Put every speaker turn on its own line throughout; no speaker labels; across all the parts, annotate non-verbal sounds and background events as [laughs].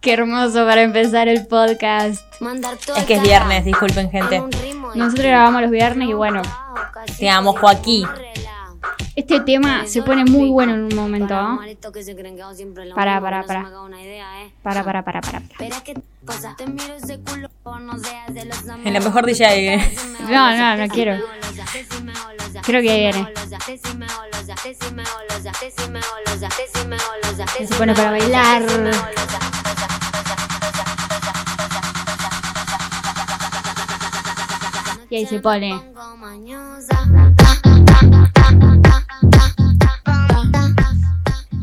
Qué hermoso para empezar el podcast.
Es que es viernes, disculpen gente.
Nosotros grabamos los viernes y bueno.
Te amo, Joaquín.
Este tema se pone muy bueno en un momento. ¿no? Para, para, para. Para, para, para, para.
En la mejor
[laughs]
DJ. ¿eh?
No, no, no quiero. Creo que ahí viene. Se pone para bailar. Y ahí se pone.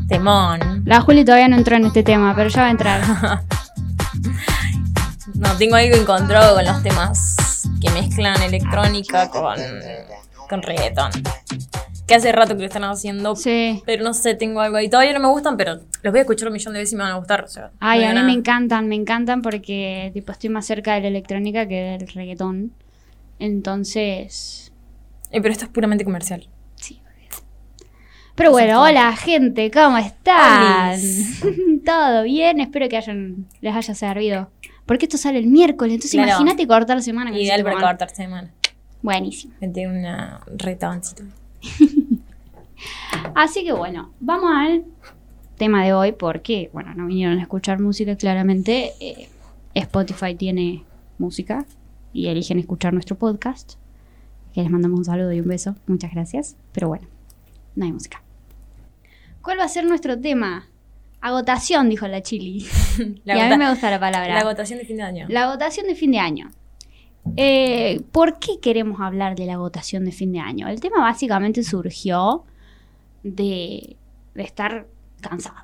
Temón.
La Juli todavía no entró en este tema, pero ya va a
[laughs]
entrar.
No, tengo algo encontrado con los temas que mezclan electrónica con, con reggaetón. Que hace rato que lo están haciendo,
Sí.
pero no sé, tengo algo ahí. Todavía no me gustan, pero los voy a escuchar un millón de veces y me van a gustar. o sea,
Ay,
no
a mí
digo
me
nada.
encantan, me encantan porque tipo estoy más cerca de la electrónica que del reggaetón. Entonces,
Eh, Pero esto es puramente comercial.
pero bueno, hola gente, ¿cómo están?
Pues Olis.
[laughs] Todo bien, espero que hayan les haya servido. Porque esto sale el miércoles, entonces
Claro.
imagínate cortar la semana con
Ideal
ese
para
tema.
cortar semana.
Buenísimo.
Meter una retancita.
Así que bueno, vamos al tema de hoy porque, bueno, no vinieron a escuchar música claramente. Eh, Spotify tiene música y eligen escuchar nuestro podcast. Que les mandamos un saludo y un beso. Muchas gracias. Pero bueno, no hay música. ¿Cuál va a ser nuestro tema? Agotación, dijo la Chili.
La,
y a
agota-
mí me gusta la palabra.
la agotación de fin de año.
La votación de fin de año. Eh, ¿Por qué queremos hablar de la votación de fin de año? El tema básicamente surgió de, de estar cansado,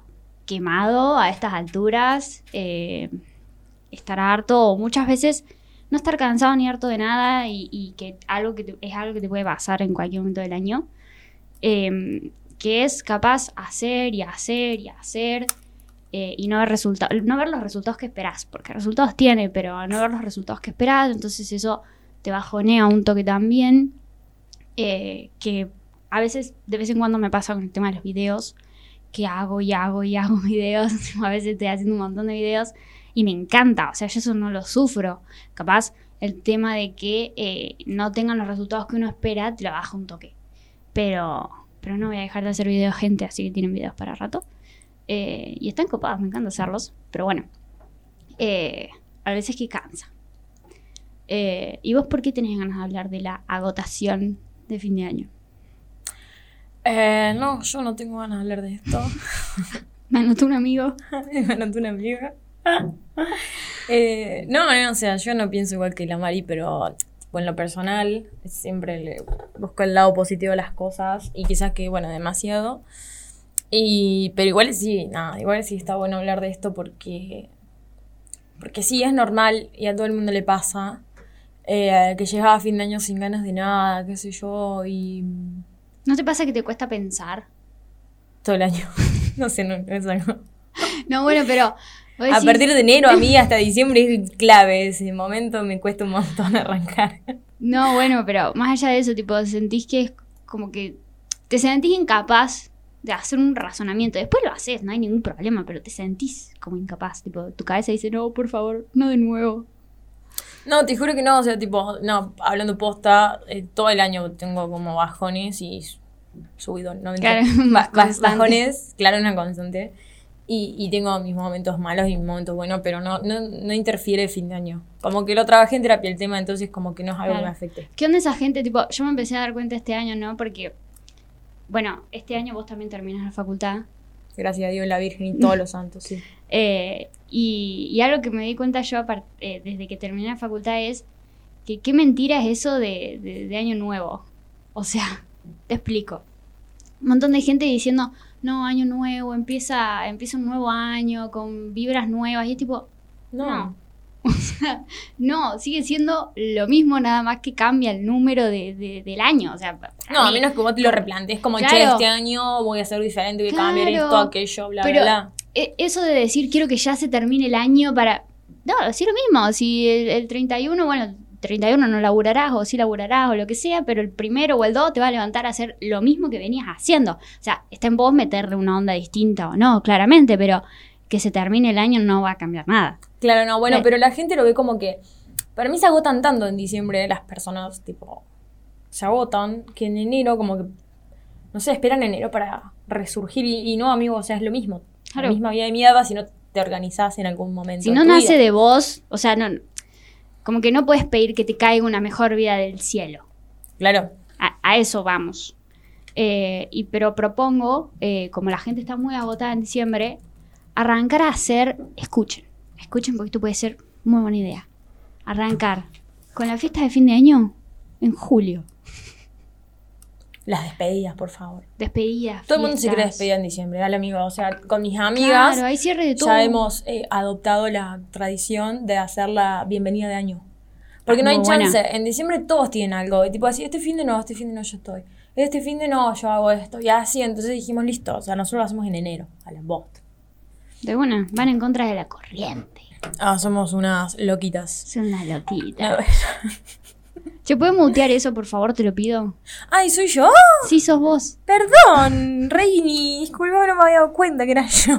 quemado a estas alturas, eh, estar harto o muchas veces no estar cansado ni harto de nada y, y que algo que te- es algo que te puede pasar en cualquier momento del año, eh, que es capaz hacer y hacer y hacer eh, y no ver, resulta- no ver los resultados que esperás, porque resultados tiene, pero no ver los resultados que esperás, entonces eso te bajonea un toque también, eh, que a veces, de vez en cuando me pasa con el tema de los videos, que hago y hago y hago [laughs] videos, a veces estoy haciendo un montón de videos y me encanta, o sea, yo eso no lo sufro, capaz el tema de que eh, no tengan los resultados que uno espera, te lo baja un toque, pero, pero no voy a dejar de hacer videos, gente, así que tienen videos para rato. Eh, y están copados, me encanta hacerlos. Pero bueno, eh, a veces que cansa. Eh, ¿Y vos por qué tenés ganas de hablar de la agotación de fin de año?
Eh, no, yo no tengo ganas de hablar de esto.
Me anotó un amigo.
[laughs] Bueno, tú una amiga. [laughs] Eh, no, no, o sea, yo no pienso igual que la Mari, pero tipo, en lo personal siempre le busco el lado positivo a las cosas y quizás que, bueno, demasiado. Y, pero igual sí, nada, igual sí está bueno hablar de esto porque, porque sí es normal y a todo el mundo le pasa eh, que llegaba a fin de año sin ganas de nada, qué sé yo, y
¿No te pasa que te cuesta pensar?
todo el año. [laughs] no sé, no, no es algo.
No, bueno, pero. vos
A
decís,
partir de enero, a [laughs] mí hasta diciembre es clave ese momento, me cuesta un montón [laughs] arrancar.
No, bueno, pero más allá de eso, tipo, sentís que es como que. Te sentís incapaz de hacer un razonamiento. Después lo haces, no hay ningún problema, pero te sentís como incapaz. Tipo, tu cabeza dice, no, por favor, no de nuevo.
No, te juro que no, o sea, tipo, no, hablando posta, eh, todo el año tengo como bajones y s- subido, no mentira. [laughs]
Claro,
Ba- ba-
constante.
bajones, claro, una constante. Y, y tengo mis momentos malos y mis momentos buenos, pero no, no, no interfiere el fin de año. Como que lo trabajé en terapia el tema, entonces como que no es algo que
Claro.
me afecte.
¿Qué onda esa gente? Tipo, yo me empecé a dar cuenta este año, ¿no? Porque, bueno, este año vos también terminas la facultad.
Gracias a Dios, la Virgen y todos los santos, sí.
Eh, y, y algo que me di cuenta yo a par- eh, desde que terminé la facultad es que qué mentira es eso de, de- de año nuevo. O sea, [laughs] te explico. Un montón de gente diciendo, no, año nuevo, empieza, empieza un nuevo año con vibras nuevas. Y es tipo, No.
No,
no, sigue siendo lo mismo, nada más que cambia el número de- de- del año. O sea, para
no, a
mí-
menos que vos te lo replantes como, che,
Claro.
este año voy a ser diferente, voy a cambiar
Claro.
esto, aquello, bla,
Pero-
bla, bla.
E- Eso de decir quiero que ya se termine el año para... No, sí lo mismo, si el, el 31, bueno, 31 no laburarás o sí laburarás o lo que sea, pero el primero o el 2 te va a levantar a hacer lo mismo que venías haciendo. O sea, está en vos meterle una onda distinta o no, claramente, pero que se termine el año no va a cambiar nada.
Claro, no, bueno,
Claro.
pero la gente lo ve como que. Para mí se agotan tanto en diciembre las personas, tipo. Se agotan, que en enero, como que. No sé, esperan enero para resurgir. Y, y no, amigo, o sea, es lo mismo.
Claro.
La misma vida de mierda si no te organizás en algún momento.
Si
de
no
tu
nace
vida.
de vos, o sea, no, como que no puedes pedir que te caiga una mejor vida del cielo.
Claro.
A, a eso vamos. Eh, y, pero propongo, eh, como la gente está muy agotada en diciembre, arrancar a hacer, escuchen, escuchen porque esto puede ser muy buena idea. Arrancar con la fiesta de fin de año en julio.
Las despedidas, por favor.
Despedidas.
Todo el mundo se quiere
fiestas.
despedir en diciembre, dale, amigo. O sea, con mis amigas
Claro, hay cierre de todo.
ya hemos eh, adoptado la tradición de hacer la bienvenida de año. Porque no
Muy
hay
buena.
chance. En diciembre todos tienen algo. Y tipo así, este fin de no, este fin de no yo estoy. Este fin de no, yo hago esto. Y así, entonces dijimos, listo. O sea, nosotros lo hacemos en enero, a las bot.
De buena, van en contra de la corriente.
Ah, somos unas loquitas.
Son una loquita. ¿Se puede mutear eso, por favor? Te lo pido.
[laughs] ¡Ay, soy yo!
Sí, sos vos.
Perdón, Reini. Disculpa, no me había dado cuenta que era yo.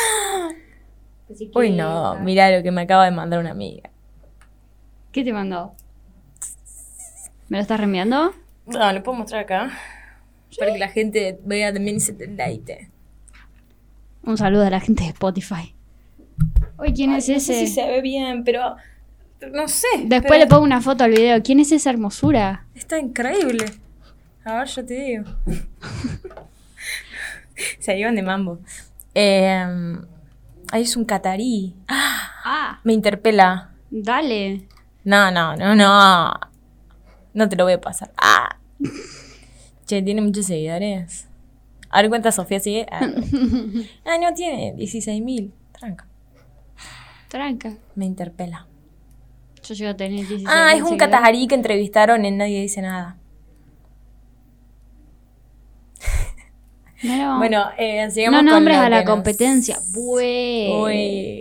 [laughs] Uy, no. Mirá lo que me acaba de mandar una amiga.
¿Qué te mandó? ¿Me lo estás reenviando?
No, lo puedo mostrar acá. Para que la gente vea también y se deleite.
Un saludo a la gente de Spotify. Oye, ¿quién es
No
ese?
sé si se ve bien, pero. No sé.
Después
pero
le pongo una foto al video. ¿Quién es esa hermosura?
Está increíble. A ver, yo te digo. [laughs] se iban de mambo. Eh, ahí es un catarí. ¡Ah!
Ah,
Me interpela.
dale.
No, no, no, no. No te lo voy a pasar. ¡Ah! Che, tiene muchos seguidores. A ver cuánta Sofía sigue. Ah,
[laughs]
Ah, no, tiene 16.000. Tranca.
Tranca.
Me interpela.
Yo llego a tener 16
Ah, es un
seguidores.
catajarí que entrevistaron en Nadie Dice Nada.
No,
Bueno, eh,
no
sigamos con
nombres
lo
a la
que nos-
competencia. Pues. Eh, Bue.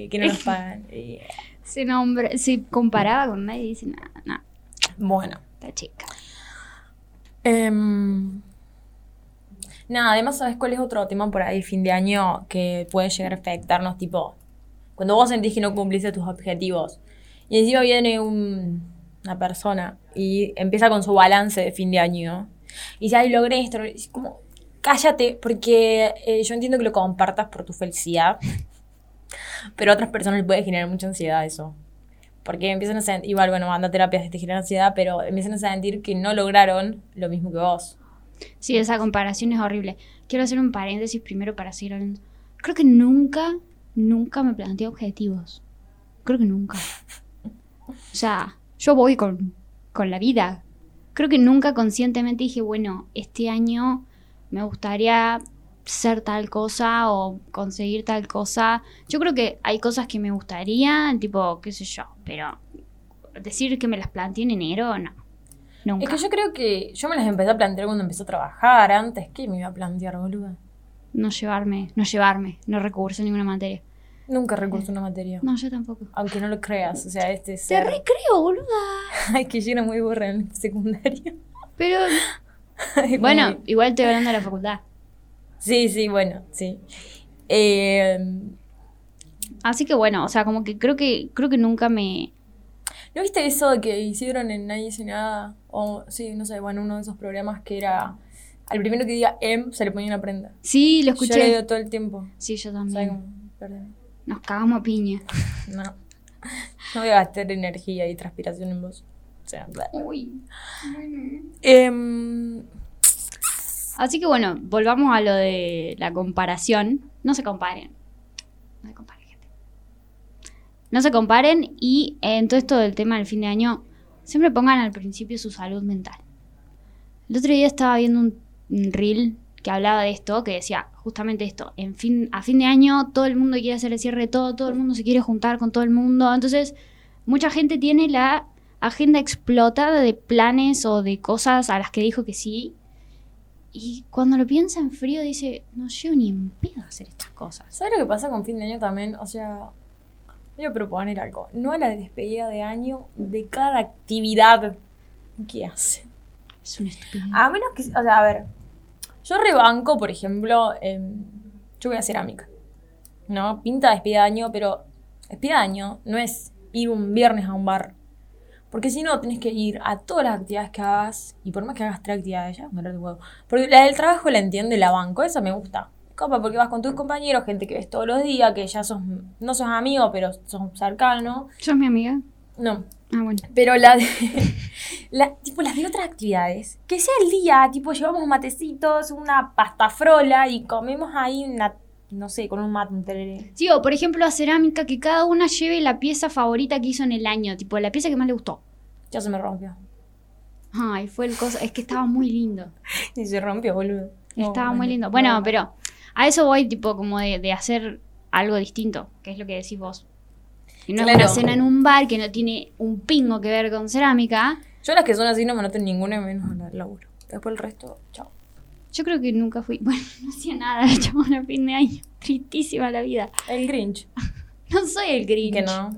Uy, que no nos pagan. Yeah.
Se, nombra, se comparaba con nadie dice nada. No,
Bueno.
esta chica.
Em, nada, además, ¿sabes cuál es otro tema por ahí, fin de año, que puede llegar a afectarnos? Tipo, cuando vos sentís que no cumpliste tus objetivos y encima viene un- una persona y empieza con su balance de fin de año y dice, ay, logré esto, logré-". es como, cállate, porque eh, yo entiendo que lo compartas por tu felicidad, [laughs] pero a otras personas les puede generar mucha ansiedad eso. Porque empiezan a sentir, igual, bueno, anda a terapias, te generan ansiedad, pero empiezan a sentir que no lograron lo mismo que vos.
Sí, esa comparación es horrible. Quiero hacer un paréntesis primero para seguir hablando. Creo que nunca, nunca me planteé objetivos. Creo que nunca. O sea, yo voy con, con la vida. Creo que nunca conscientemente dije, bueno, este año me gustaría ser tal cosa o conseguir tal cosa. Yo creo que hay cosas que me gustaría, tipo, qué sé yo, pero decir que me las planteé en enero, no. Nunca.
Es que yo creo que yo me las empecé a plantear cuando empecé a trabajar antes. ¿Qué me iba a plantear, boluda?
no llevarme, no llevarme, no recurso en ninguna materia.
Nunca recurso a una materia.
No, yo tampoco.
Aunque no lo creas, o sea, este es.
Te recreo, boluda.
[laughs] Ay, que yo era muy burra en el secundario.
Pero
[laughs] Ay,
bueno,
como-
igual estoy hablando de la facultad.
Sí, sí, bueno, sí. Eh,
Así que bueno, o sea, como que creo que creo que nunca me
¿No viste eso que hicieron en Nadie Dice Nada? O sí, no sé, bueno, uno de esos programas que era. Al primero que diga M se le ponía una prenda.
Sí, lo
Yo le
escuché.
digo todo el tiempo.
Sí, yo
¿Sabes
también.
cómo? Perdón.
Nos cagamos a piña.
No. [laughs] No voy a gastar energía y transpiración en vos. O sea, bla.
Uy.
Em,
Así que bueno, volvamos a lo de la comparación. No se comparen. No se comparen, gente. No se comparen y eh, en todo esto del tema del fin de año, siempre pongan al principio su salud mental. El otro día estaba viendo un, un reel que hablaba de esto, que decía justamente esto, en fin, a fin de año todo el mundo quiere hacer el cierre de todo, todo el mundo se quiere juntar con todo el mundo, entonces mucha gente tiene la agenda explotada de planes o de cosas a las que dijo que sí, y cuando lo piensa en frío dice, no llego ni en pedo a hacer estas cosas.
¿Sabes lo que pasa con fin de año también? O sea, voy a proponer algo. No a la despedida de año de cada actividad que hacen.
Es una estupidez.
A menos que, o sea, a ver, yo rebanco, por ejemplo, em, yo voy a cerámica. ¿no? Pinta de espidaño, pero espidaño no es ir un viernes a un bar. Porque si no, tenés que ir a todas las actividades que hagas, y por más que hagas tres actividades, ya, me lo huevo. Porque la del trabajo la entiendo y la banco, esa me gusta. Copa, porque vas con tus compañeros, gente que ves todos los días, que ya sos, no sos amigo, pero sos cercano.
¿Sos mi amiga?
No,
Ah, bueno.
pero la de. [laughs] la- tipo, las de otras actividades. Que sea el día, tipo, llevamos matecitos, una pasta frola y comemos ahí una. No sé, con un mate, un tereré.
Sí, o por ejemplo a cerámica que cada una lleve la pieza favorita que hizo en el año, tipo la pieza que más le gustó.
Ya se me rompió.
Ay, fue el cosa, es que estaba muy lindo.
[laughs] Y se rompió, boludo.
Estaba
Oh,
muy lindo. Bueno, pero a eso voy tipo como de, de hacer algo distinto, que es lo que decís vos. Y no es
Claro.
una cena en un bar que no tiene un pingo que ver con cerámica.
Yo las que son así no me noto en ninguna menos la del laburo. Después el resto, chao.
Yo creo que nunca fui, [laughs] bueno, no hacía nada, la chabona a fin de año. Tristísima la vida.
El Grinch.
No soy el Grinch.
Que no.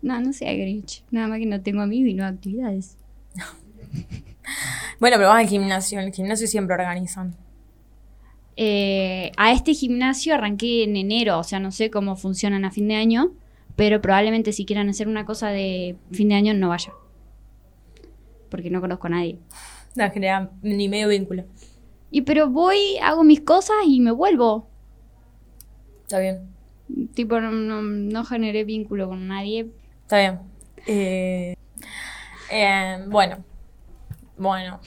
No, no soy el Grinch. Nada más que no tengo amigos y no actividades.
Bueno, pero vas al gimnasio. En el gimnasio siempre organizan.
Eh, a este gimnasio arranqué en enero, o sea, no sé cómo funcionan a fin de año, pero probablemente si quieran hacer una cosa de fin de año no vaya. Porque no conozco a nadie.
No genera ni medio vínculo.
Y pero voy, hago mis cosas y me vuelvo.
Está bien.
Tipo, no, no- no generé vínculo con nadie.
Está bien. Eh, eh, bueno.
[laughs]
Bueno.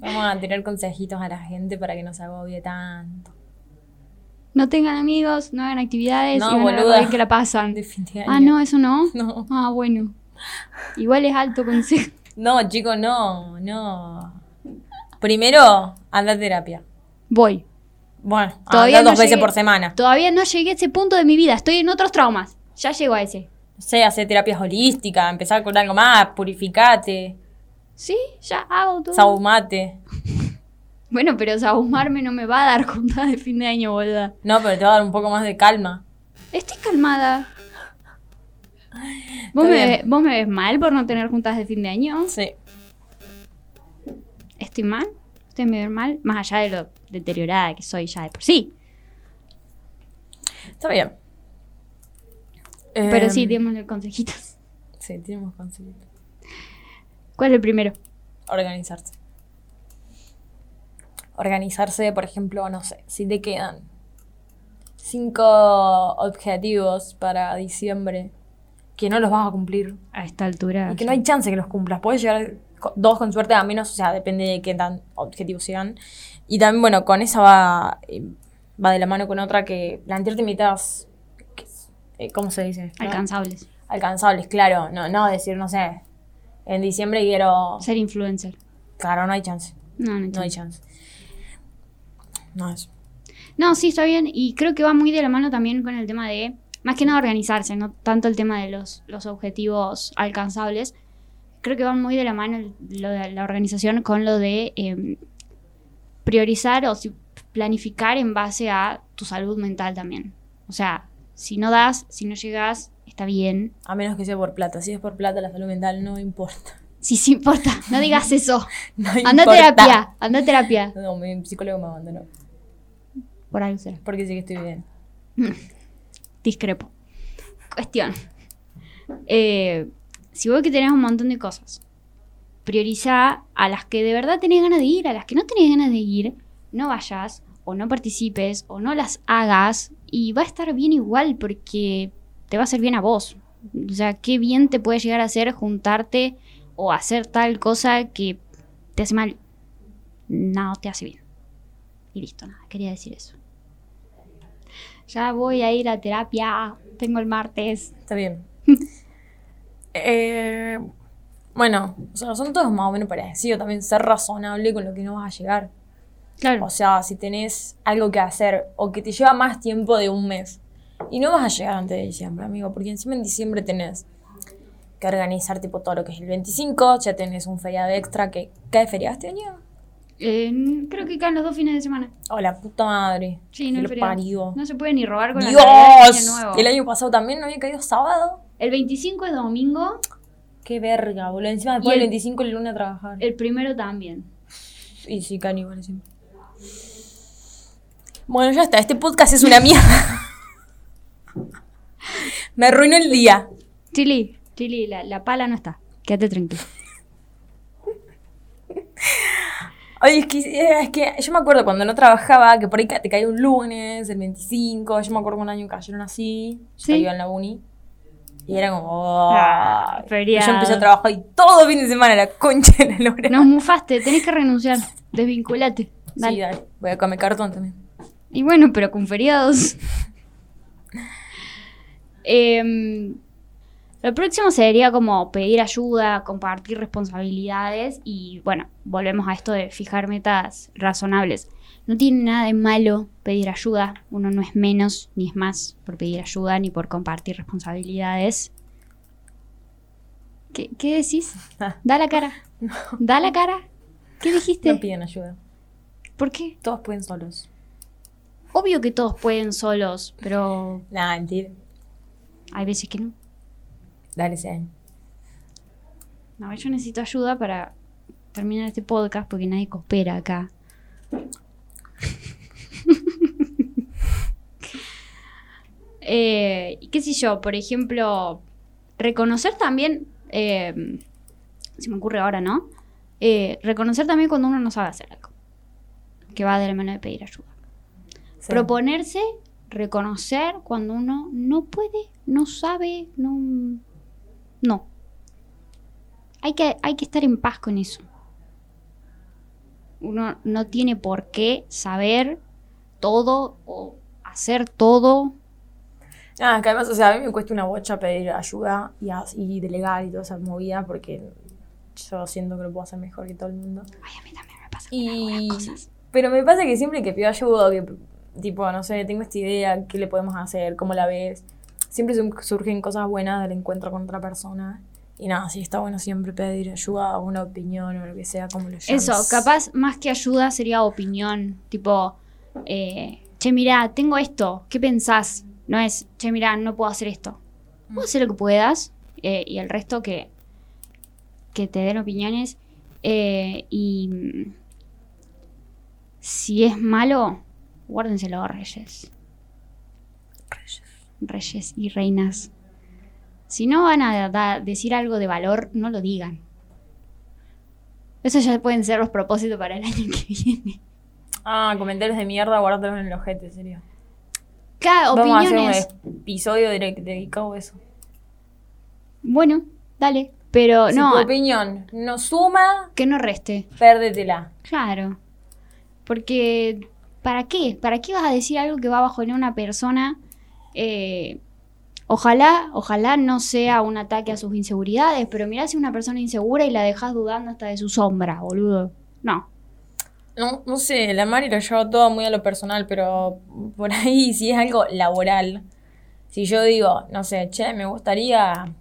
Vamos a tirar consejitos a la gente para que no se agobie tanto.
No tengan amigos, no hagan actividades,
No,
y van a ver
boluda.
bien que la pasan.
Definitivamente.
Ah, no, eso no.
[laughs] No.
Ah, bueno. Igual es alto consejo.
No, chicos, no. No. Primero, anda a terapia.
Voy.
Bueno,
Todavía no
anda Ah, dos veces
llegué.
por semana.
Todavía no llegué a ese punto de mi vida. Estoy en otros traumas. Ya llego a ese.
No sé, hacer terapias holísticas, empezar con algo más, purificate,
Sí, ya hago todo.
saumate.
bueno, pero saumarme no me va a dar juntada de fin de año, boluda.
No, pero te va a dar un poco más de calma.
Estoy calmada. ¿Vos me,
bien.
ve- ¿Vos me ves mal por no tener juntas de fin de año?
Sí.
¿Estoy mal? ¿Ustedes me ven mal? Más allá de lo deteriorada que soy ya de por sí.
Está bien.
Pero sí,
Em,
démosle consejitos.
Sí, tenemos conseguido.
¿Cuál es el primero?
Organizarse. Organizarse, por ejemplo, no sé, si te quedan cinco objetivos para diciembre que no los vas a cumplir
A esta altura.
y que no hay chance que los cumplas. Puedes llegar co- dos con suerte a menos, o sea, depende de qué tan objetivos sean. Y también, bueno, con esa va, eh, va de la mano con otra que plantearte metas, que es, eh, ¿cómo se dice? ¿No?
Alcanzables.
Alcanzables, claro. No, no decir, no sé, en diciembre quiero...
Ser influencer.
Claro, no hay chance.
No, no,
No hay
entiendo.
chance. No es.
No, sí, está bien. Y creo que va muy de la mano también con el tema de, más que nada organizarse, no tanto el tema de los, los objetivos alcanzables. Creo que va muy de la mano el- lo de la organización con lo de eh, priorizar o si- planificar en base a tu salud mental también. O sea, si no das, si no llegas, está bien.
A menos que sea por plata. Si es por plata, la salud mental no importa. [laughs]
Sí, sí importa, no digas eso.
No
Anda a
importa.
terapia, anda a terapia.
No, mi psicólogo me abandonó.
Por algo será.
Porque sí que estoy bien.
Discrepo. Cuestión. Eh, si vos que tenés un montón de cosas, prioriza a las que de verdad tenés ganas de ir, a las que no tenés ganas de ir, no vayas o no participes o no las hagas y va a estar bien igual porque te va a hacer bien a vos. O sea, qué bien te puede llegar a hacer juntarte o hacer tal cosa que te hace mal. No, te hace bien. Y listo, nada, quería decir eso. Ya voy a ir a terapia. Tengo el martes. [laughs]
Está bien. Eh, bueno, o sea, son todos más o menos parecidos. También ser razonable con lo que no vas a llegar.
Claro.
O sea, si tenés algo que hacer o que te lleva más tiempo de un mes. Y no vas a llegar antes de diciembre, amigo, porque encima en diciembre tenés que organizar tipo todo lo que es el 25, ya tenés un feriado extra que cae feriado este año.
creo que caen los dos fines de semana.
Oh, la puta madre.
Sí, no
que
hay
lo
feriado.
parió.
No se puede ni robar con la Navidad del año
Dios.
nuevo.
El año pasado también no había caído sábado.
El 25 es domingo,
Qué verga, boludo. Encima
Y
después del
el-
25 el lunes a trabajar.
el primero también.
Y sí, caen igual siempre. Bueno, ya está. Este podcast es una mierda. [laughs] Me arruinó el día.
Chili, Chili, la, la pala no está. Quédate tranquilo.
Oye, es que, eh, es que yo me acuerdo cuando no trabajaba, que por ahí ca- te caía un lunes, el 25, yo me acuerdo que un año cayeron así,
Sí.
yo iba en la uni, y era como, oh,
Ah,
y
feriado.
yo empecé a trabajar y todo fin de semana, la concha de la lora.
Nos mufaste, tenés que renunciar. Desvinculate. Dale.
Sí, dale, voy a comer cartón también.
Y bueno, pero con feriados. Em, lo próximo sería como pedir ayuda, compartir responsabilidades y bueno, volvemos a esto de fijar metas razonables. No tiene nada de malo pedir ayuda, uno no es menos ni es más por pedir ayuda ni por compartir responsabilidades. ¿Qué, qué decís? Da la cara. Da la cara. ¿Qué dijiste?
No piden ayuda,
¿Por qué?
todos pueden solos.
Obvio que todos pueden solos, pero
Nah, mentira.
Hay veces que no.
Dale, sí.
No, yo necesito ayuda para terminar este podcast porque nadie coopera acá. [laughs] Eh, y ¿Qué sé yo? Por ejemplo, reconocer también, eh, se me ocurre ahora, ¿no? Eh, reconocer también cuando uno no sabe hacer algo, que va de la mano de pedir ayuda.
Sí.
Proponerse, reconocer cuando uno no puede, no sabe, no. No. Hay que, hay que estar en paz con eso. Uno no tiene por qué saber todo o hacer todo.
Ah, que además, o sea, a mí me cuesta una bocha pedir ayuda y, as- y delegar y toda esa movida, porque yo siento que lo puedo hacer mejor que todo el mundo.
Ay, a mí también me pasa con
Y...
algunas cosas.
Pero me pasa que siempre que pido ayuda, que tipo, no sé, tengo esta idea, ¿qué le podemos hacer? ¿Cómo la ves? Siempre sum- surgen cosas buenas del encuentro con otra persona. Y nada, sí, está bueno siempre pedir ayuda o una opinión o lo que sea, como lo llames.
Eso, capaz más que ayuda sería opinión. Tipo, eh, che, mirá, tengo esto, ¿qué pensás? No es, che, mirá, no puedo hacer esto. Vos hacer lo que puedas eh, y el resto que, que te den opiniones. eh, y mm, si es malo, guárdenselo, reyes. Reyes y reinas. Si no van a da- decir algo de valor, no lo digan. Esos ya pueden ser los propósitos para el [laughs] año que viene.
Ah, comentarios de mierda, guárdalos en el ojete, serio.
Cada
Vamos a
opiniones.
hacer un episodio direct- dedicado a eso.
Bueno, dale. Pero
Si
no, eh.
tu opinión no suma,
que no reste.
pérdetela.
Claro. Porque, ¿para qué? ¿Para qué vas a decir algo que va a bajonear a una persona? Eh, ojalá, ojalá no sea un ataque a sus inseguridades, pero mirá si una persona insegura y la dejas dudando hasta de su sombra, boludo. No.
No, no sé, la Mari lo lleva todo muy a lo personal, pero por ahí [laughs] si es algo laboral, si yo digo, no sé, che, me gustaría,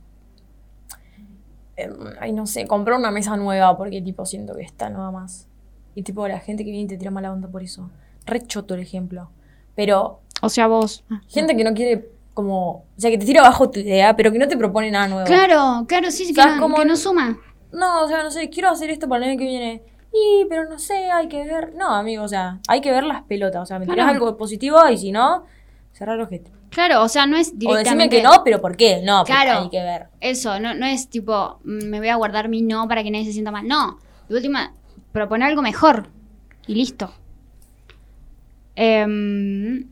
eh, ay, no sé, comprar una mesa nueva porque tipo siento que está nada más. Y tipo la gente que viene y te tira mala onda por eso. Re choto el ejemplo. Pero
O sea, vos.
gente que no quiere como, o sea, que te tira abajo tu idea, pero que no te propone nada nuevo.
Claro, claro, sí, que,
¿Sabes
no,
cómo
que
no?
no suma.
No, o sea, no sé, quiero hacer esto para el año que viene. Y, pero no sé, hay que ver. No, amigo, o sea, hay que ver las pelotas. O sea, me tirás
Claro.
algo positivo y si no, cerrar los objeto.
Claro, o sea, no es
O decime
directamente...
que no, pero ¿por qué? No, porque
Claro.
hay que ver.
Eso, no, no es tipo, mm, me voy a guardar mi no para que nadie se sienta mal. No, de última, proponer algo mejor. Y listo. Em,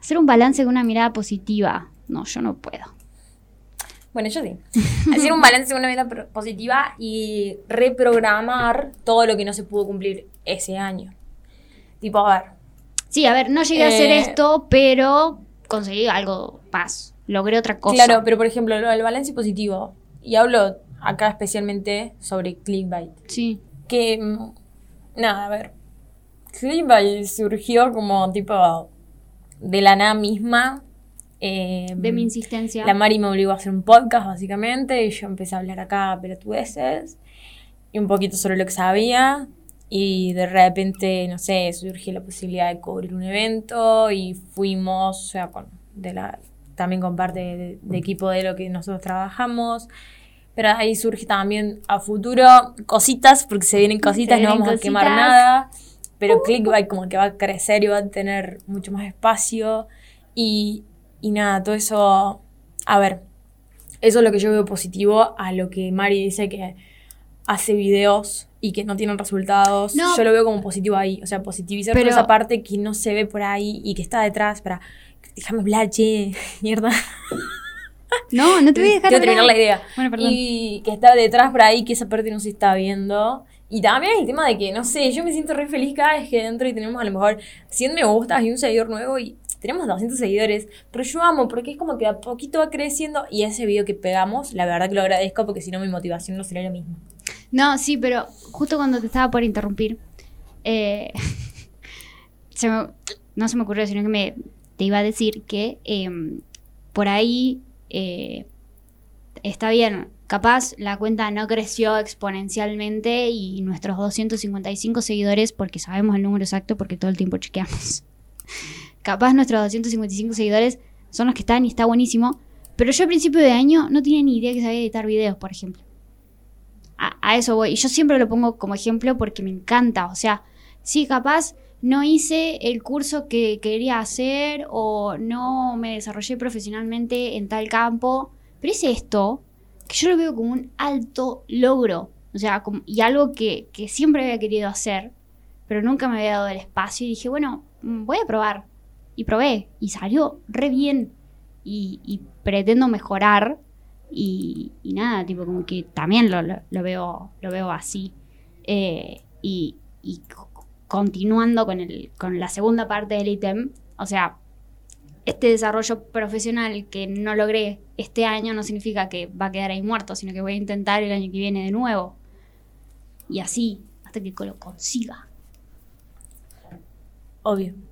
hacer un balance con una mirada positiva. No, yo no puedo.
Bueno, yo sí. [laughs] Hacer un balance de una vida pro- positiva y reprogramar todo lo que no se pudo cumplir ese año. Tipo, a ver,
Sí, a ver, no llegué a hacer
Eh.
esto, pero conseguí algo más. Logré otra cosa.
claro, pero por ejemplo, lo del balance positivo. Y hablo acá especialmente sobre clickbait.
Sí.
que mm, nada, a ver. Clickbait surgió como tipo de la nada misma. eh,
De mi insistencia.
la Mari me obligó a hacer un podcast, básicamente, y yo empecé a hablar acá veces y un poquito sobre lo que sabía. Y de repente, no sé, surgió la posibilidad de cubrir un evento y fuimos, o sea, con, de la, también con parte de, de equipo de lo que nosotros trabajamos. Pero ahí surge también a futuro cositas, porque se vienen cositas, Uh. no
vienen
vamos a quemar
cositas.
nada. Pero Clickbait como que va a crecer y va a tener mucho más espacio. Y, Y nada, todo eso. A ver, eso es lo que yo veo positivo a lo que Mari dice que hace videos y que no tienen resultados.
No.
Yo lo veo como positivo ahí. O sea, positivizar
Pero-
toda esa parte que no se ve por ahí y que está detrás para. Déjame hablar, che, [laughs] mierda.
No, no te voy a dejar
Quiero terminar la
hablar.
idea.
Bueno, perdón.
Y que está detrás por ahí, que esa parte no se está viendo. Y también el tema de que, no sé, yo me siento re feliz cada vez que entro y tenemos a lo mejor 100 me gustas y un seguidor nuevo y tenemos 200 seguidores. Pero yo amo porque es como que a poquito va creciendo y ese video que pegamos, la verdad que lo agradezco porque si no mi motivación no sería la misma.
No, sí, pero justo cuando te estaba por interrumpir, eh, [laughs] se me- no se me ocurrió, sino que me, te iba a decir que em, por ahí eh, está bien, capaz la cuenta no creció exponencialmente y nuestros 255 seguidores, porque sabemos el número exacto, porque todo el tiempo chequeamos, [laughs] capaz nuestros 255 seguidores son los que están y está buenísimo, pero yo a principio de año no tenía ni idea que sabía editar videos, por ejemplo. A, a eso voy. Y yo siempre lo pongo como ejemplo porque me encanta. O sea, sí, capaz no hice el curso que quería hacer o no me desarrollé profesionalmente en tal campo. Pero es esto que yo lo veo como un alto logro. O sea, como- y algo que, que siempre había querido hacer, pero nunca me había dado el espacio. Y dije, bueno, mm, voy a probar. Y probé. Y salió re bien. Y- y pretendo mejorar y, y nada, tipo como que también lo, lo- lo veo, lo veo así. Eh, y y co- continuando con, el, con la segunda parte del ítem, o sea, este desarrollo profesional que no logré este año no significa que va a quedar ahí muerto, sino que voy a intentar el año que viene de nuevo. Y así, hasta que lo consiga.
Obvio. [laughs]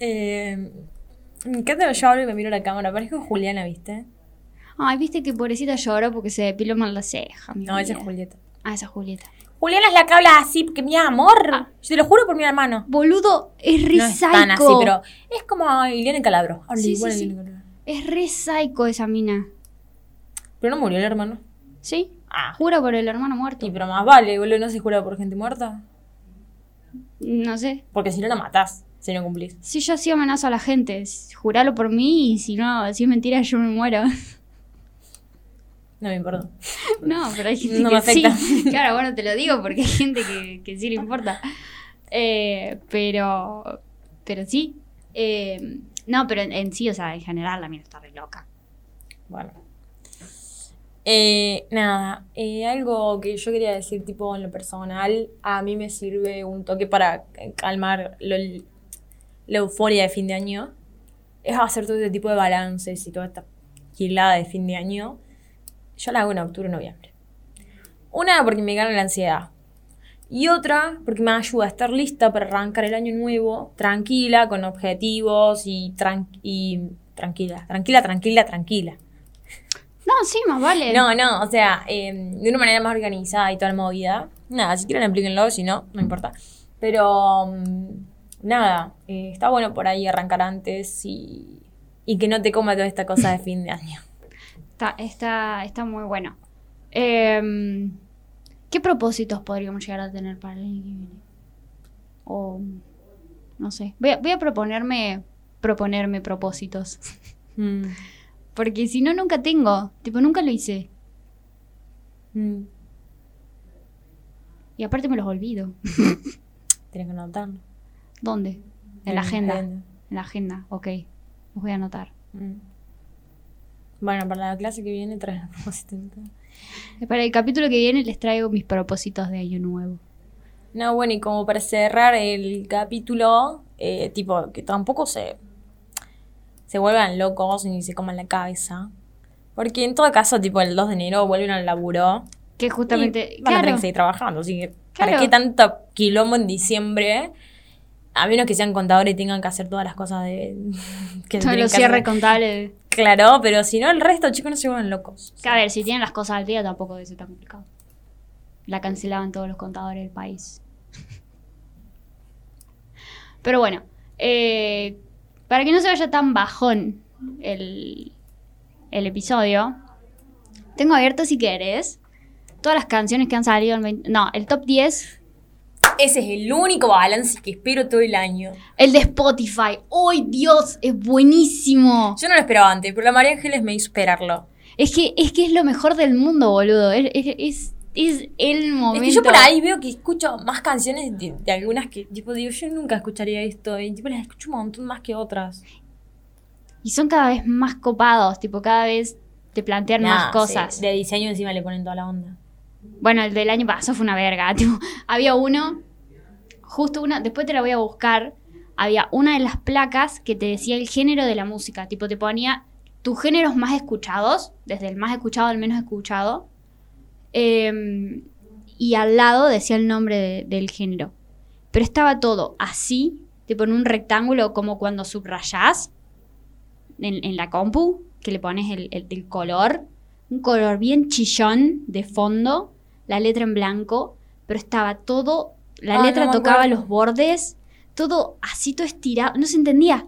eh, me encanta que yo hablo y me miro a la cámara. Parezco Juliana, ¿viste?
Ay, viste que pobrecita lloró porque se depiló mal la ceja. mi
No, esa es
vida.
Julieta.
Ah, esa es Julieta.
Juliana es la que habla así, porque mi amor. Yo te lo juro por mi hermano.
Boludo, Ah. es re
No es tan así,
psycho.
pero es como Ileana Calabro. Habla
Sí, sí,
igual a
sí.
Ileana Calabro.
Es re psycho esa mina.
Pero no murió el hermano.
¿Sí?
Ah.
Jura por el hermano muerto.
Y pero más vale, boludo, no se jura por gente muerta.
No sé.
Porque si no la matás, si no cumplís.
Si yo así amenazo a la gente, s- juralo por mí y si no, si es mentira, yo me muero. [laughs]
No me importa.
no, pero hay gente
No
que
me afecta.
sí. Claro, bueno, te lo digo porque hay gente que, que sí le importa. Eh, pero, pero sí. Eh, no, pero en, en sí, o sea, en general la mina está re loca.
Bueno. Eh, nada, eh, algo que yo quería decir, tipo en lo personal, a mí me sirve un toque para calmar lo- la euforia de fin de año. Es hacer todo este tipo de balances y toda esta gilada de fin de año. Yo la hago en octubre o noviembre. Una, porque me gana la ansiedad. Y otra, porque me ayuda a estar lista para arrancar el año nuevo, tranquila, con objetivos y, tran- y tranquila, tranquila, tranquila, tranquila.
No, sí, más vale.
No, no, o sea, eh, de una manera más organizada y toda la movida. Nada, si quieren aplíquenlo, si no, no importa. Pero, mm, nada, eh, está bueno por ahí arrancar antes y, y que no te coma toda esta cosa de fin
[laughs]
de año.
Está, está, está muy bueno. Eh, ¿Qué propósitos podríamos llegar a tener para el año que viene? O no sé. Voy a, voy a proponerme proponerme propósitos. [laughs]
Mm,
Porque si no, nunca tengo. Tipo, nunca lo hice.
mm,
Y aparte me los olvido. [laughs]
tenés que Mm, anotarlo.
¿Dónde? En la agenda. En la agenda, ok. Los voy a anotar.
Mm. Bueno, para la clase que viene traen propósito.
Para el capítulo que viene les traigo mis propósitos de año nuevo.
No, bueno, y como para cerrar el capítulo, eh, tipo, que tampoco se, se vuelvan locos ni se coman la cabeza. Porque en todo caso, tipo, el 2 de enero vuelven al laburo.
Que
y
justamente.
van a tener
Claro,
que seguir trabajando. Así que,
Claro.
¿para qué tanto quilombo en diciembre? A menos que sean contadores y tengan que hacer todas las cosas de. [laughs] que
todos
tienen
los
que
cierres
hacer.
contables.
[laughs] Claro, pero si no, el resto, chicos, no se vuelvan locos.
Que, A ver, si tienen las cosas al día tampoco debe ser tan complicado. La cancelaban todos los contadores del país. [laughs] Pero bueno, eh, para que no se vaya tan bajón el, el episodio, tengo abierto si querés todas las canciones que han salido. En 20 no, el top 10
Ese es el único balance que espero todo el año.
El de Spotify. ¡Ay, Dios! Es buenísimo.
Yo no lo esperaba antes, pero la María Ángeles me hizo esperarlo.
Es que es, que es lo mejor del mundo, boludo. Es, es- es- es el momento.
Es que yo por ahí veo que escucho más canciones de, de algunas que, tipo, digo, yo nunca escucharía esto. Y, tipo, las escucho un montón más que otras.
Y son cada vez más copados, tipo, cada vez te plantean
Nah,
más cosas.
sí, de diseño encima le ponen toda la onda.
Bueno, el del año pasado fue una verga. [laughs] tipo, había uno, justo una, después te la voy a buscar. Había una de las placas que te decía el género de la música. Tipo, te ponía tus géneros más escuchados, desde el más escuchado al menos escuchado. em, y al lado decía el nombre de- del género. Pero estaba todo así, tipo en un rectángulo, como cuando subrayás en, en la compu, que le pones el, el- el color, un color bien chillón de fondo, la letra en blanco, pero estaba todo, la
Ah,
letra
no me
tocaba
acuerdo.
los bordes, todo así, todo estirado, no se entendía,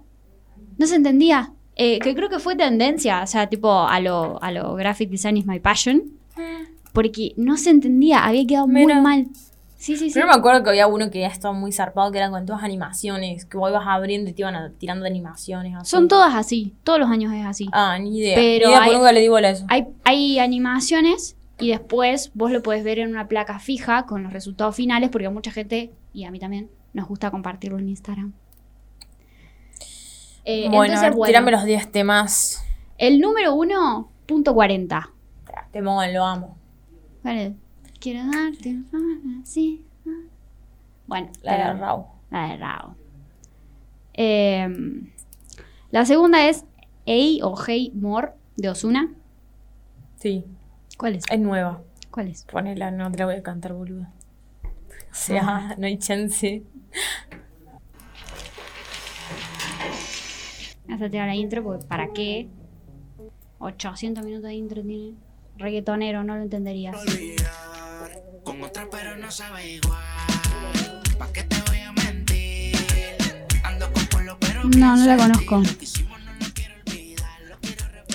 no se entendía. Eh, que creo que fue tendencia, o sea, tipo a lo, a lo graphic design is my passion porque no se entendía, había quedado
Mira.
muy mal. Sí, sí, sí.
Yo me acuerdo que había uno que ya estaba muy zarpado, que eran con todas animaciones, que vos ibas abriendo y te iban a- tirando animaciones. así.
Son todas así, todos los años es así.
Ah, ni idea.
Pero
ni idea, por
hay-
nunca le di bola a eso.
Hay, hay animaciones y después vos lo podés ver en una placa fija con los resultados finales, porque a mucha gente, y a mí también, nos gusta compartirlo en Instagram. Eh,
bueno,
entonces,
a ver,
bueno,
tirame los 10 temas.
el número uno, punto 40.
Temón, lo amo.
Vale. Quiero darte un favor, sí. ah. Bueno,
La
pero-
de Raúl.
La de Rao. Em, la segunda es Hey o Hey More de Osuna.
Sí,
¿Cuál es?
es nueva.
¿Cuál es?
Ponela, no te la voy a cantar, boluda. O sea, no hay chance.
Voy a saltear la intro porque ¿para qué? 800 minutos de intro tiene. Reggaetonero, no lo entenderías.
olvidar. Con otra pero no sabe igual ¿Pa' qué te voy a mentir? Ando con polo pero
No, no la conozco.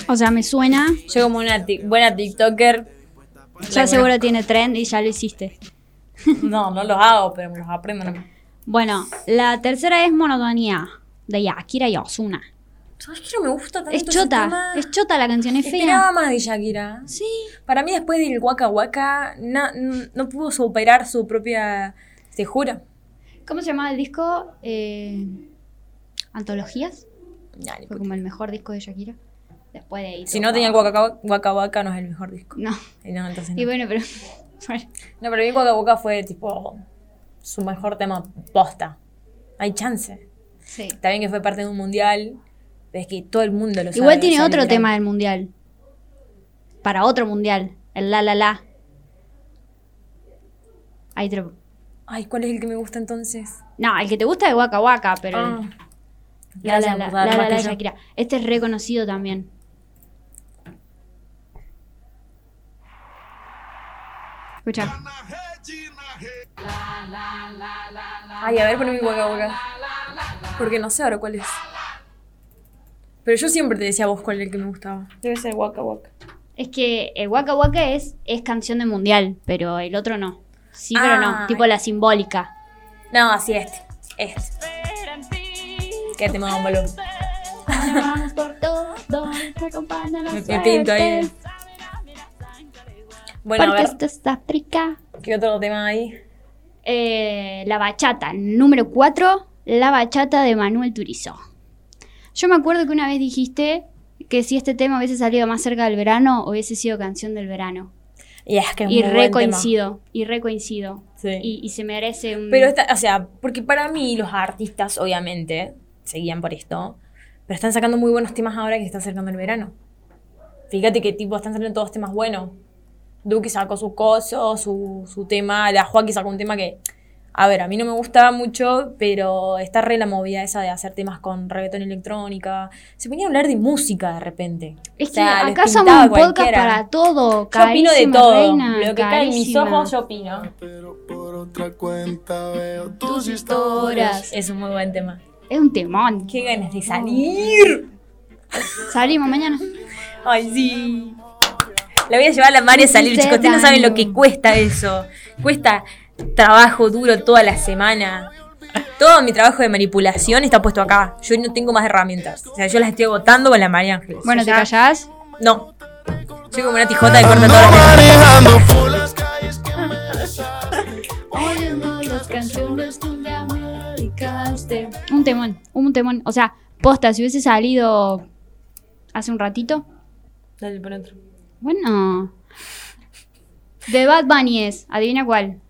O sea, me suena.
Yo como una ti- buena TikToker. [laughs]
Ya seguro tiene trend y ya lo hiciste.
No, no los hago, pero me los aprendo nomás.
Bueno, la tercera es Monotonía de Yakira y Osuna.
¿Sabes que no me gusta tanto
Es
ese
chota,
tema?
es chota la canción, es
Esperaba
fea.
más de Shakira.
Sí.
Para mí, después del Waka Waka, na- n- no pudo superar su propia. Te juro.
¿Cómo se llamaba el disco? Eh, Antologías.
Nah, ni
Fue
puta.
como el mejor disco de Shakira. Después de ahí.
Si
todo
no tenía el
para
Waka Waka, Waka Waka no es el mejor disco.
abajo.
Y no, entonces
No.
no.
Y bueno, pero. [laughs] bueno,
No, pero mi Waka Waka fue tipo su mejor tema posta. Hay chance.
sí.
Está bien que fue parte de un mundial, pero es que todo el mundo lo sabe.
Igual tiene
o sea,
otro
literal.
tema del mundial. Para otro mundial. El la la la. Ahí te lo-
Ay, ¿cuál es el que me gusta entonces?
No, el que te gusta es Waka Waka, pero.
Ah.
el- la la
Gracias
la,
por
la,
dar
la, la
más que
de
yo.
Shakira. Este es reconocido también. Escucha.
Ay, a ver, poneme mi Waka Waka. Porque no sé ahora cuál es. Pero yo siempre te decía a vos cuál es el que me gustaba. Debe ser Waka Waka.
Es que el Waka Waka es, es canción de mundial, pero el otro no. Sí, pero no.
Ah.
Tipo la
[laughs]
simbólica.
No, así este. Este. Qué tema, boludo.
Vamos por todo, te acompaña la
Me- me pinto ahí.
suerte,
Bueno, a
porque
ver,
esto es África.
¿qué otro tema hay?
Eh, la bachata, número 4, la bachata de Manuel Turizo. Yo me acuerdo que una vez dijiste que si este tema hubiese salido más cerca del verano, hubiese sido canción del verano.
Y es que es
y
muy buen tema.
recoincido, y recoincido.
Sí.
Y, y se merece un...
Pero está, o sea, porque para mí los artistas, obviamente, seguían por esto, pero están sacando muy buenos temas ahora que se está acercando el verano. Fíjate que tipo están saliendo todos temas buenos. Duki sacó su coso, su, su tema, la Joaquín sacó un tema que, a ver, a mí no me gustaba mucho, pero está re la movida esa de hacer temas con reggaetón y electrónica. Se ponían a hablar de música de repente.
Es
O
que
sea, les
acá somos
pintaba
un podcast
cualquiera.
para todo.
Yo opino de
carísima
todo.
reina,
Lo que cae en mis
carísima.
ojos, yo opino.
Pero por otra cuenta veo
Tus
tus
historias.
historias
Es un muy buen tema.
Es un temón.
Qué ganas de salir.
Salimos mañana.
Ay, sí. La voy a llevar a la María a salir, chicos. Ustedes no saben lo que cuesta eso. Cuesta trabajo duro toda la semana. Todo mi trabajo de manipulación está puesto acá. Yo no tengo más herramientas. O sea, yo las estoy agotando con la María Ángeles.
Bueno,
O
¿te
sea,
callás?
No. Soy como una tijota de corta
Ando
toda la
manejando por las calles que me
Oyendo las canciones que me americaste. Un temón, un temón. O sea, posta, si hubiese salido hace un ratito.
Dale por otro.
Bueno. De Bad Bunny es, adivina cuál.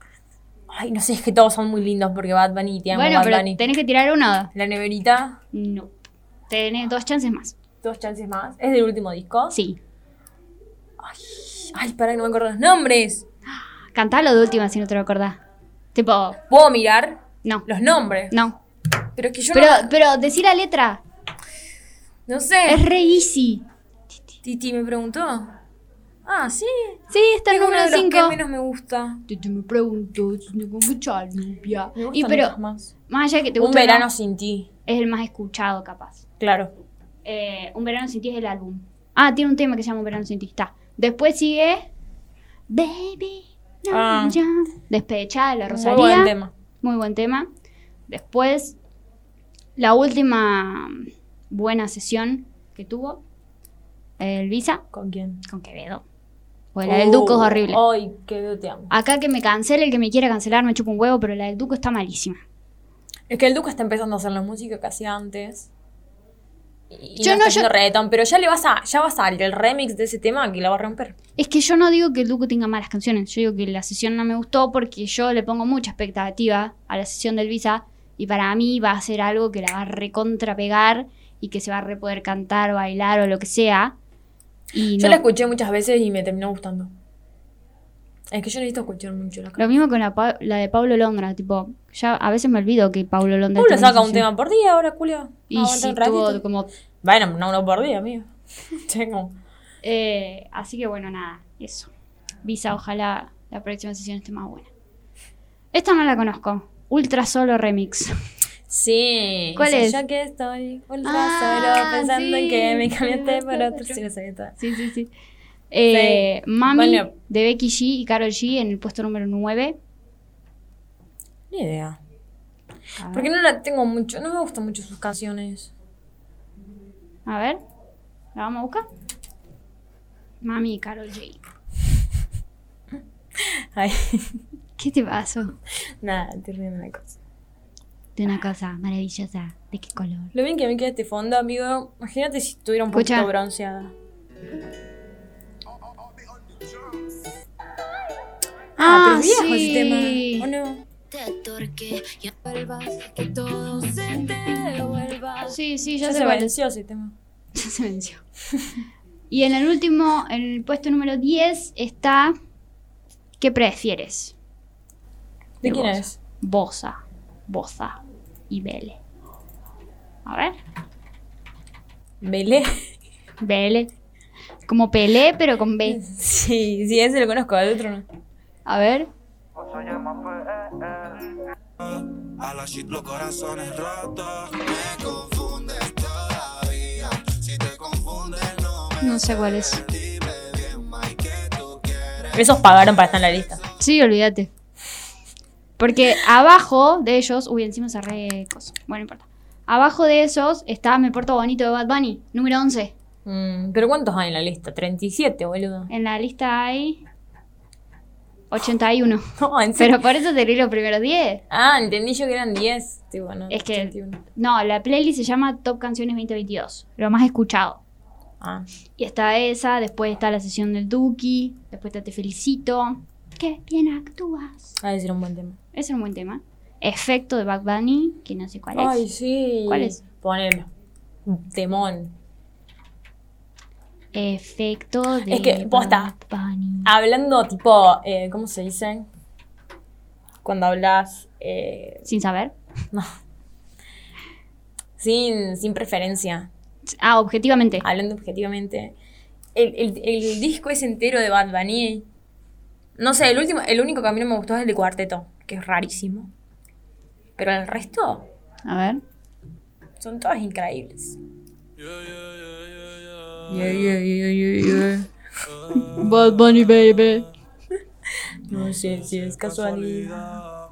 Ay, no sé, es que todos son muy lindos porque Bad Bunny te amo,
bueno,
Bad
pero
Bunny.
tenés que tirar uno.
La neverita,
No. Tenés dos chances más.
dos chances más. ¿Es del último disco?
Sí.
Ay, pará, que no me acuerdo los nombres.
Cantalo de última si no te lo acordás. Tipo,
¿Puedo mirar
no.
los nombres?
No.
Pero es que yo
Pero,
no,
pero decir la letra.
no sé.
Es re easy.
Titi me preguntó. Ah, sí.
Sí, está el
Tengo uno
número
de los
5.
que menos me gusta.
Yo te me pregunto si tengo mucha lluvia.
Me
Y
gustan
pero,
otros más.
más allá de que te
Un
guste o no,
verano sin ti.
es el más escuchado, capaz.
Claro.
Eh, un verano sin ti es el álbum. Ah, tiene un tema que se llama Un verano sin ti. Está. Después sigue Baby. No,
Ah.
ya. Despechada de la Rosalía.
Muy buen tema.
Muy buen tema. Después, la última buena sesión que tuvo, el Visa,
¿Con quién?
con Quevedo. O la del Duco es
Oh,
horrible.
Ay, qué te amo.
Acá que me cancele, el que me quiera cancelar me chupa un huevo, pero la del Duco está malísima.
Es que el Duco está empezando a hacer la música que hacía antes. Y
Yo no, yo-
yo no, está haciendo reggaetón, pero ya le vas a, ya vas a salir el remix de ese tema que la va a romper.
Es que yo no digo que el Duco tenga malas canciones, yo digo que la sesión no me gustó porque yo le pongo mucha expectativa a la sesión del Visa y para mí va a ser algo que la va a recontrapegar y que se va a re poder cantar, bailar o lo que sea. Y
Yo
no.
la escuché muchas veces y me terminó gustando. Es que yo necesito escuchar mucho la
Lo
canción.
mismo con la, pa- la de Pablo Londra, tipo, ya a veces me olvido que Pablo Londra...
Pablo
tiene
saca
una
un
sesión.
tema por día ahora, Julio.
Y sí, tuvo como...
Bueno, no uno por
[laughs]
día, amigo. Tengo.
eh, así que bueno, nada, eso. Visa, ojalá la próxima sesión esté más buena. Esta no la conozco. Ultra Solo Remix. [laughs]
Sí.
¿Cuál
Dice,
es?
Ya que estoy ultra
Ah,
solo pensando
sí.
en que me cambiaste por otro. Sí, lo sabía toda.
Sí, sí, sí. Eh, Mami
Bueno.
de Becky G y Carol G en el puesto número 9.
Ni idea. Ah. Porque no la tengo mucho, no me gustan mucho sus canciones.
A ver, ¿la vamos a buscar? Mami y Carol G. [laughs]
Ay,
¿Qué te pasó?
nada, estoy riendo de una cosa.
De una cosa maravillosa. ¿De qué color?
Lo bien que me queda este fondo, amigo. Imagínate si estuviera un poquito
Escucha.
bronceada.
Ah,
pero es viejo
sí.
ese tema. ¿O no?
Ah, Sí, sí,
Ya,
ya,
se
se venció.
venció ese tema.
Ya [laughs] se venció. y en el último, en el puesto número 10 está ¿Qué prefieres?
¿De
De
quién
Bosa.
es?
Bosa, Bosa y Bele. A ver,
Belé.
Bele. Como Pelé, pero con B.
Sí, sí, ese lo conozco, al otro no.
A ver.
A la shit los corazones rotos Me confundes todavía Si te confundes no me
No sé cuál es.
dime bien Mike que tú quieres
Esos pagaron para estar en la lista.
Sí, olvídate. Porque abajo de ellos. Uy, encima cerré cosas. Bueno, no importa. Abajo de esos está Me Porto Bonito de Bad Bunny, número 11.
Mm, Pero ¿cuántos hay en la lista? 37, boludo.
En la lista hay 81.
No, en serio.
Pero por eso te leí los primeros 10.
Ah, entendí yo que eran 10. Sí, bueno,
Es que-
81.
No, la playlist se llama Top Canciones 2022, lo más escuchado.
Ah.
Y está esa, después está la sesión del Duki, después está Te Felicito. Qué bien actúas.
Ha de ser un buen tema.
Ese es un buen tema. Efecto de Bad Bunny, que no sé cuál es.
Ay, sí.
¿Cuál es?
Ponelo. Temón.
Efecto de
Es que, posta.
Bad Bunny.
Hablando tipo, eh, ¿cómo se dice? Cuando hablas eh,
Sin saber.
sin, sin preferencia,
Ah, objetivamente.
hablando objetivamente. El, el- el disco es entero de Bad Bunny. No sé, el, último, el único que a mí no me gustó es el de Cuarteto, que es rarísimo. Pero el resto
A ver.
son todas increíbles.
Bad Bunny, baby.
[laughs] No sé si es casualidad.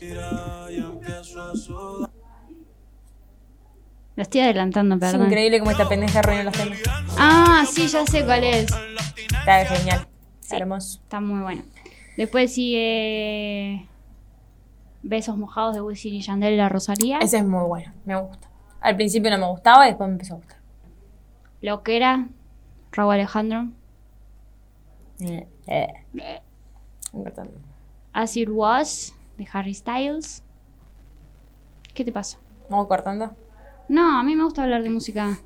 Mira, ya empiezo a sudar.
Lo estoy adelantando,
Es
perdón.
increíble cómo esta pendeja arruina los temas.
Ah, sí, ya sé cuál es.
Está genial. Está hermoso.
Está muy bueno. Después sigue Besos mojados de Wisin y Yandel y la Rosalía.
Ese es muy bueno. Me gusta. Al principio no me gustaba y después me empezó a gustar.
Lo que era Raúl Alejandro.
Eh, eh. Importante.
As It Was de Harry Styles. ¿Qué te pasa?
Vamos cortando.
No, a mí me gusta hablar de música.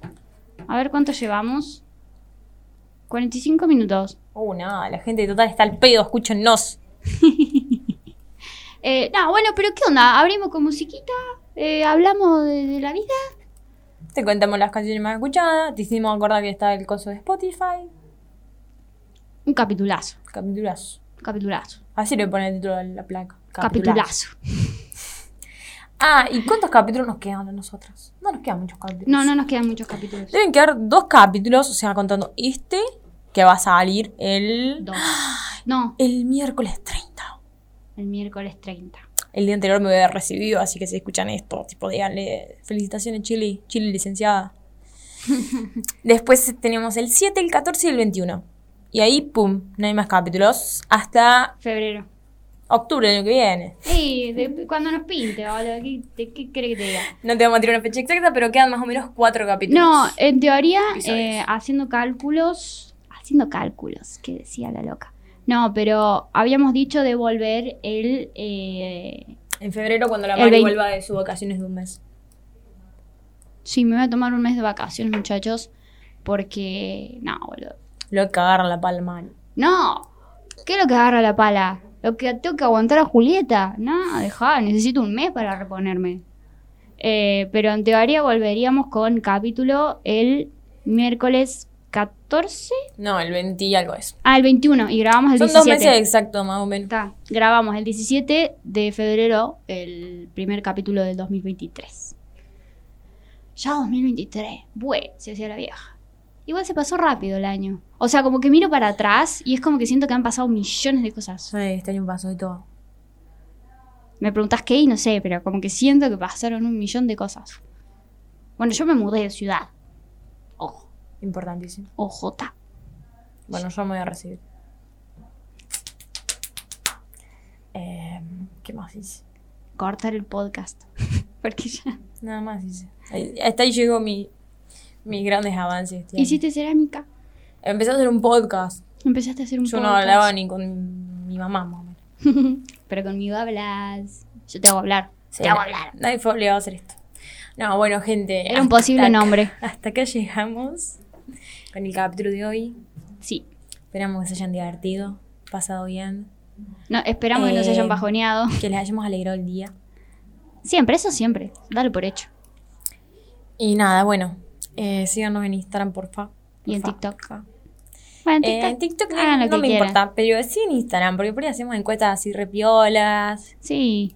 A ver cuánto llevamos. 45 minutos.
Uh, no, la gente de total está al pedo, escúchenos.
Eh, no, bueno, pero ¿qué onda? ¿Abrimos con musiquita? Eh, ¿Hablamos de, de la vida?
Te contamos las canciones más escuchadas, te hicimos acordar que está el coso de Spotify.
Un capitulazo.
Capitulazo.
Capitulazo.
Así le pone el título a la placa.
Capitulazo.
Ah, ¿y cuántos capítulos nos quedan a nosotras? No nos quedan muchos capítulos.
No, no nos quedan muchos capítulos.
Deben quedar dos capítulos, o sea, contando este, que va a salir el,
Dos. No,
el miércoles 30.
el miércoles 30.
El día anterior me voy a haber recibido, así que si escuchan esto, tipo, díganle, felicitaciones Chile, Chile
[laughs]
licenciada. Después tenemos el 7, el 14 y el 21. Y ahí, pum, no hay más capítulos hasta
Febrero.
octubre del año que viene.
Ey, de- cuando nos pinte, boludo, ¿qué, de- qué crees que te diga?
No te vamos a tirar una fecha exacta, pero quedan más o menos cuatro capítulos.
No, en teoría,
Episodios.
eh, haciendo cálculos, haciendo cálculos, que decía la loca. No, pero habíamos dicho de volver el... eh,
En febrero, cuando la
El
Mari
vein-
vuelva de sus vacaciones de un mes.
sí, me voy a tomar un mes de vacaciones, muchachos, porque... No, boludo.
Lo que agarra la palma.
No, ¿qué es lo que agarra la pala? Lo que tengo que aguantar a Julieta. No, dejá, necesito un mes para reponerme. Eh, pero en teoría volveríamos con capítulo el miércoles 14
No, el 20 y algo es.
al 21 y grabamos el
Son
17.
dos meses exacto, más o menos.
Está, grabamos el 17 de febrero el primer capítulo del 2023. Ya 2023, bue, se hacía la vieja. Igual se pasó rápido el año. O sea, como que miro para atrás y es como que siento que han pasado millones de cosas.
Sí, este año pasó y todo.
Me preguntás qué y no sé, pero como que siento que pasaron un millón de cosas. Bueno, yo me mudé de ciudad. Ojo,
Importantísimo.
ojota.
Bueno, yo me voy a recibir. Eh, ¿Qué más hice?
Cortar el podcast. [laughs] Porque ya.
Nada más hice. Ahí- Hasta ahí llegó mi, mis grandes avances. este año.
Hiciste cerámica.
Empecé a hacer un podcast.
Empezaste a hacer un
Yo no
podcast.
hablaba ni con mi mamá, más o menos.
Pero conmigo hablas. Yo te hago hablar.
Sí,
te hago
na-
hablar.
Nadie fue obligado a hacer esto. No, bueno, gente.
Era un
hasta
posible
acá-
nombre.
Hasta acá llegamos con el capítulo de hoy.
Sí.
Esperamos que se hayan divertido, pasado bien,
No, esperamos que no se
Eh.
hayan bajoneado.
que les hayamos alegrado el día.
Siempre, eso siempre. Dale por hecho.
Y nada, bueno, eh, síganos en Instagram, porfa.
Y en
porfa,
TikTok.
porfa.
Bueno,
Eh,
TikTok, Ah,
en TikTok no-
hagan lo
no
que
me
quieran.
importa, pero sí en Instagram, porque por ahí hacemos encuestas así repiolas.
Sí.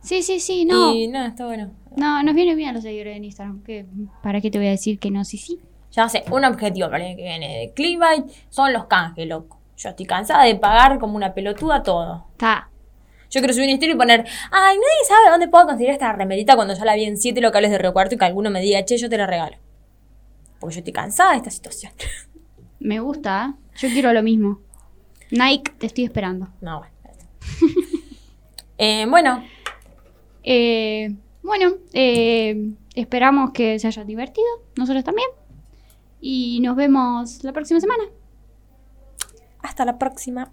Sí, sí, sí. No.
Y nada, está bueno.
No, nos viene bien a los seguidores en Instagram. que ¿Para qué te voy a decir que no? Sí, sí.
Ya sé, un objetivo para el año que viene de Clickbait son los canjes, loco. Yo estoy cansada de pagar como una pelotuda todo.
Está.
Yo quiero subir un estilo y poner, ay, nadie sabe dónde puedo conseguir esta remerita cuando ya la vi en siete locales de Río Cuarto y que alguno me diga, che, yo te la regalo. Porque yo estoy cansada de esta situación. [laughs]
Me gusta. ¿eh? Yo quiero lo mismo. Nike, te estoy esperando.
No, bueno. [laughs] Eh, bueno,
Eh, bueno, eh, esperamos que se hayan divertido. Nosotros también. Y nos vemos la próxima semana.
hasta la próxima.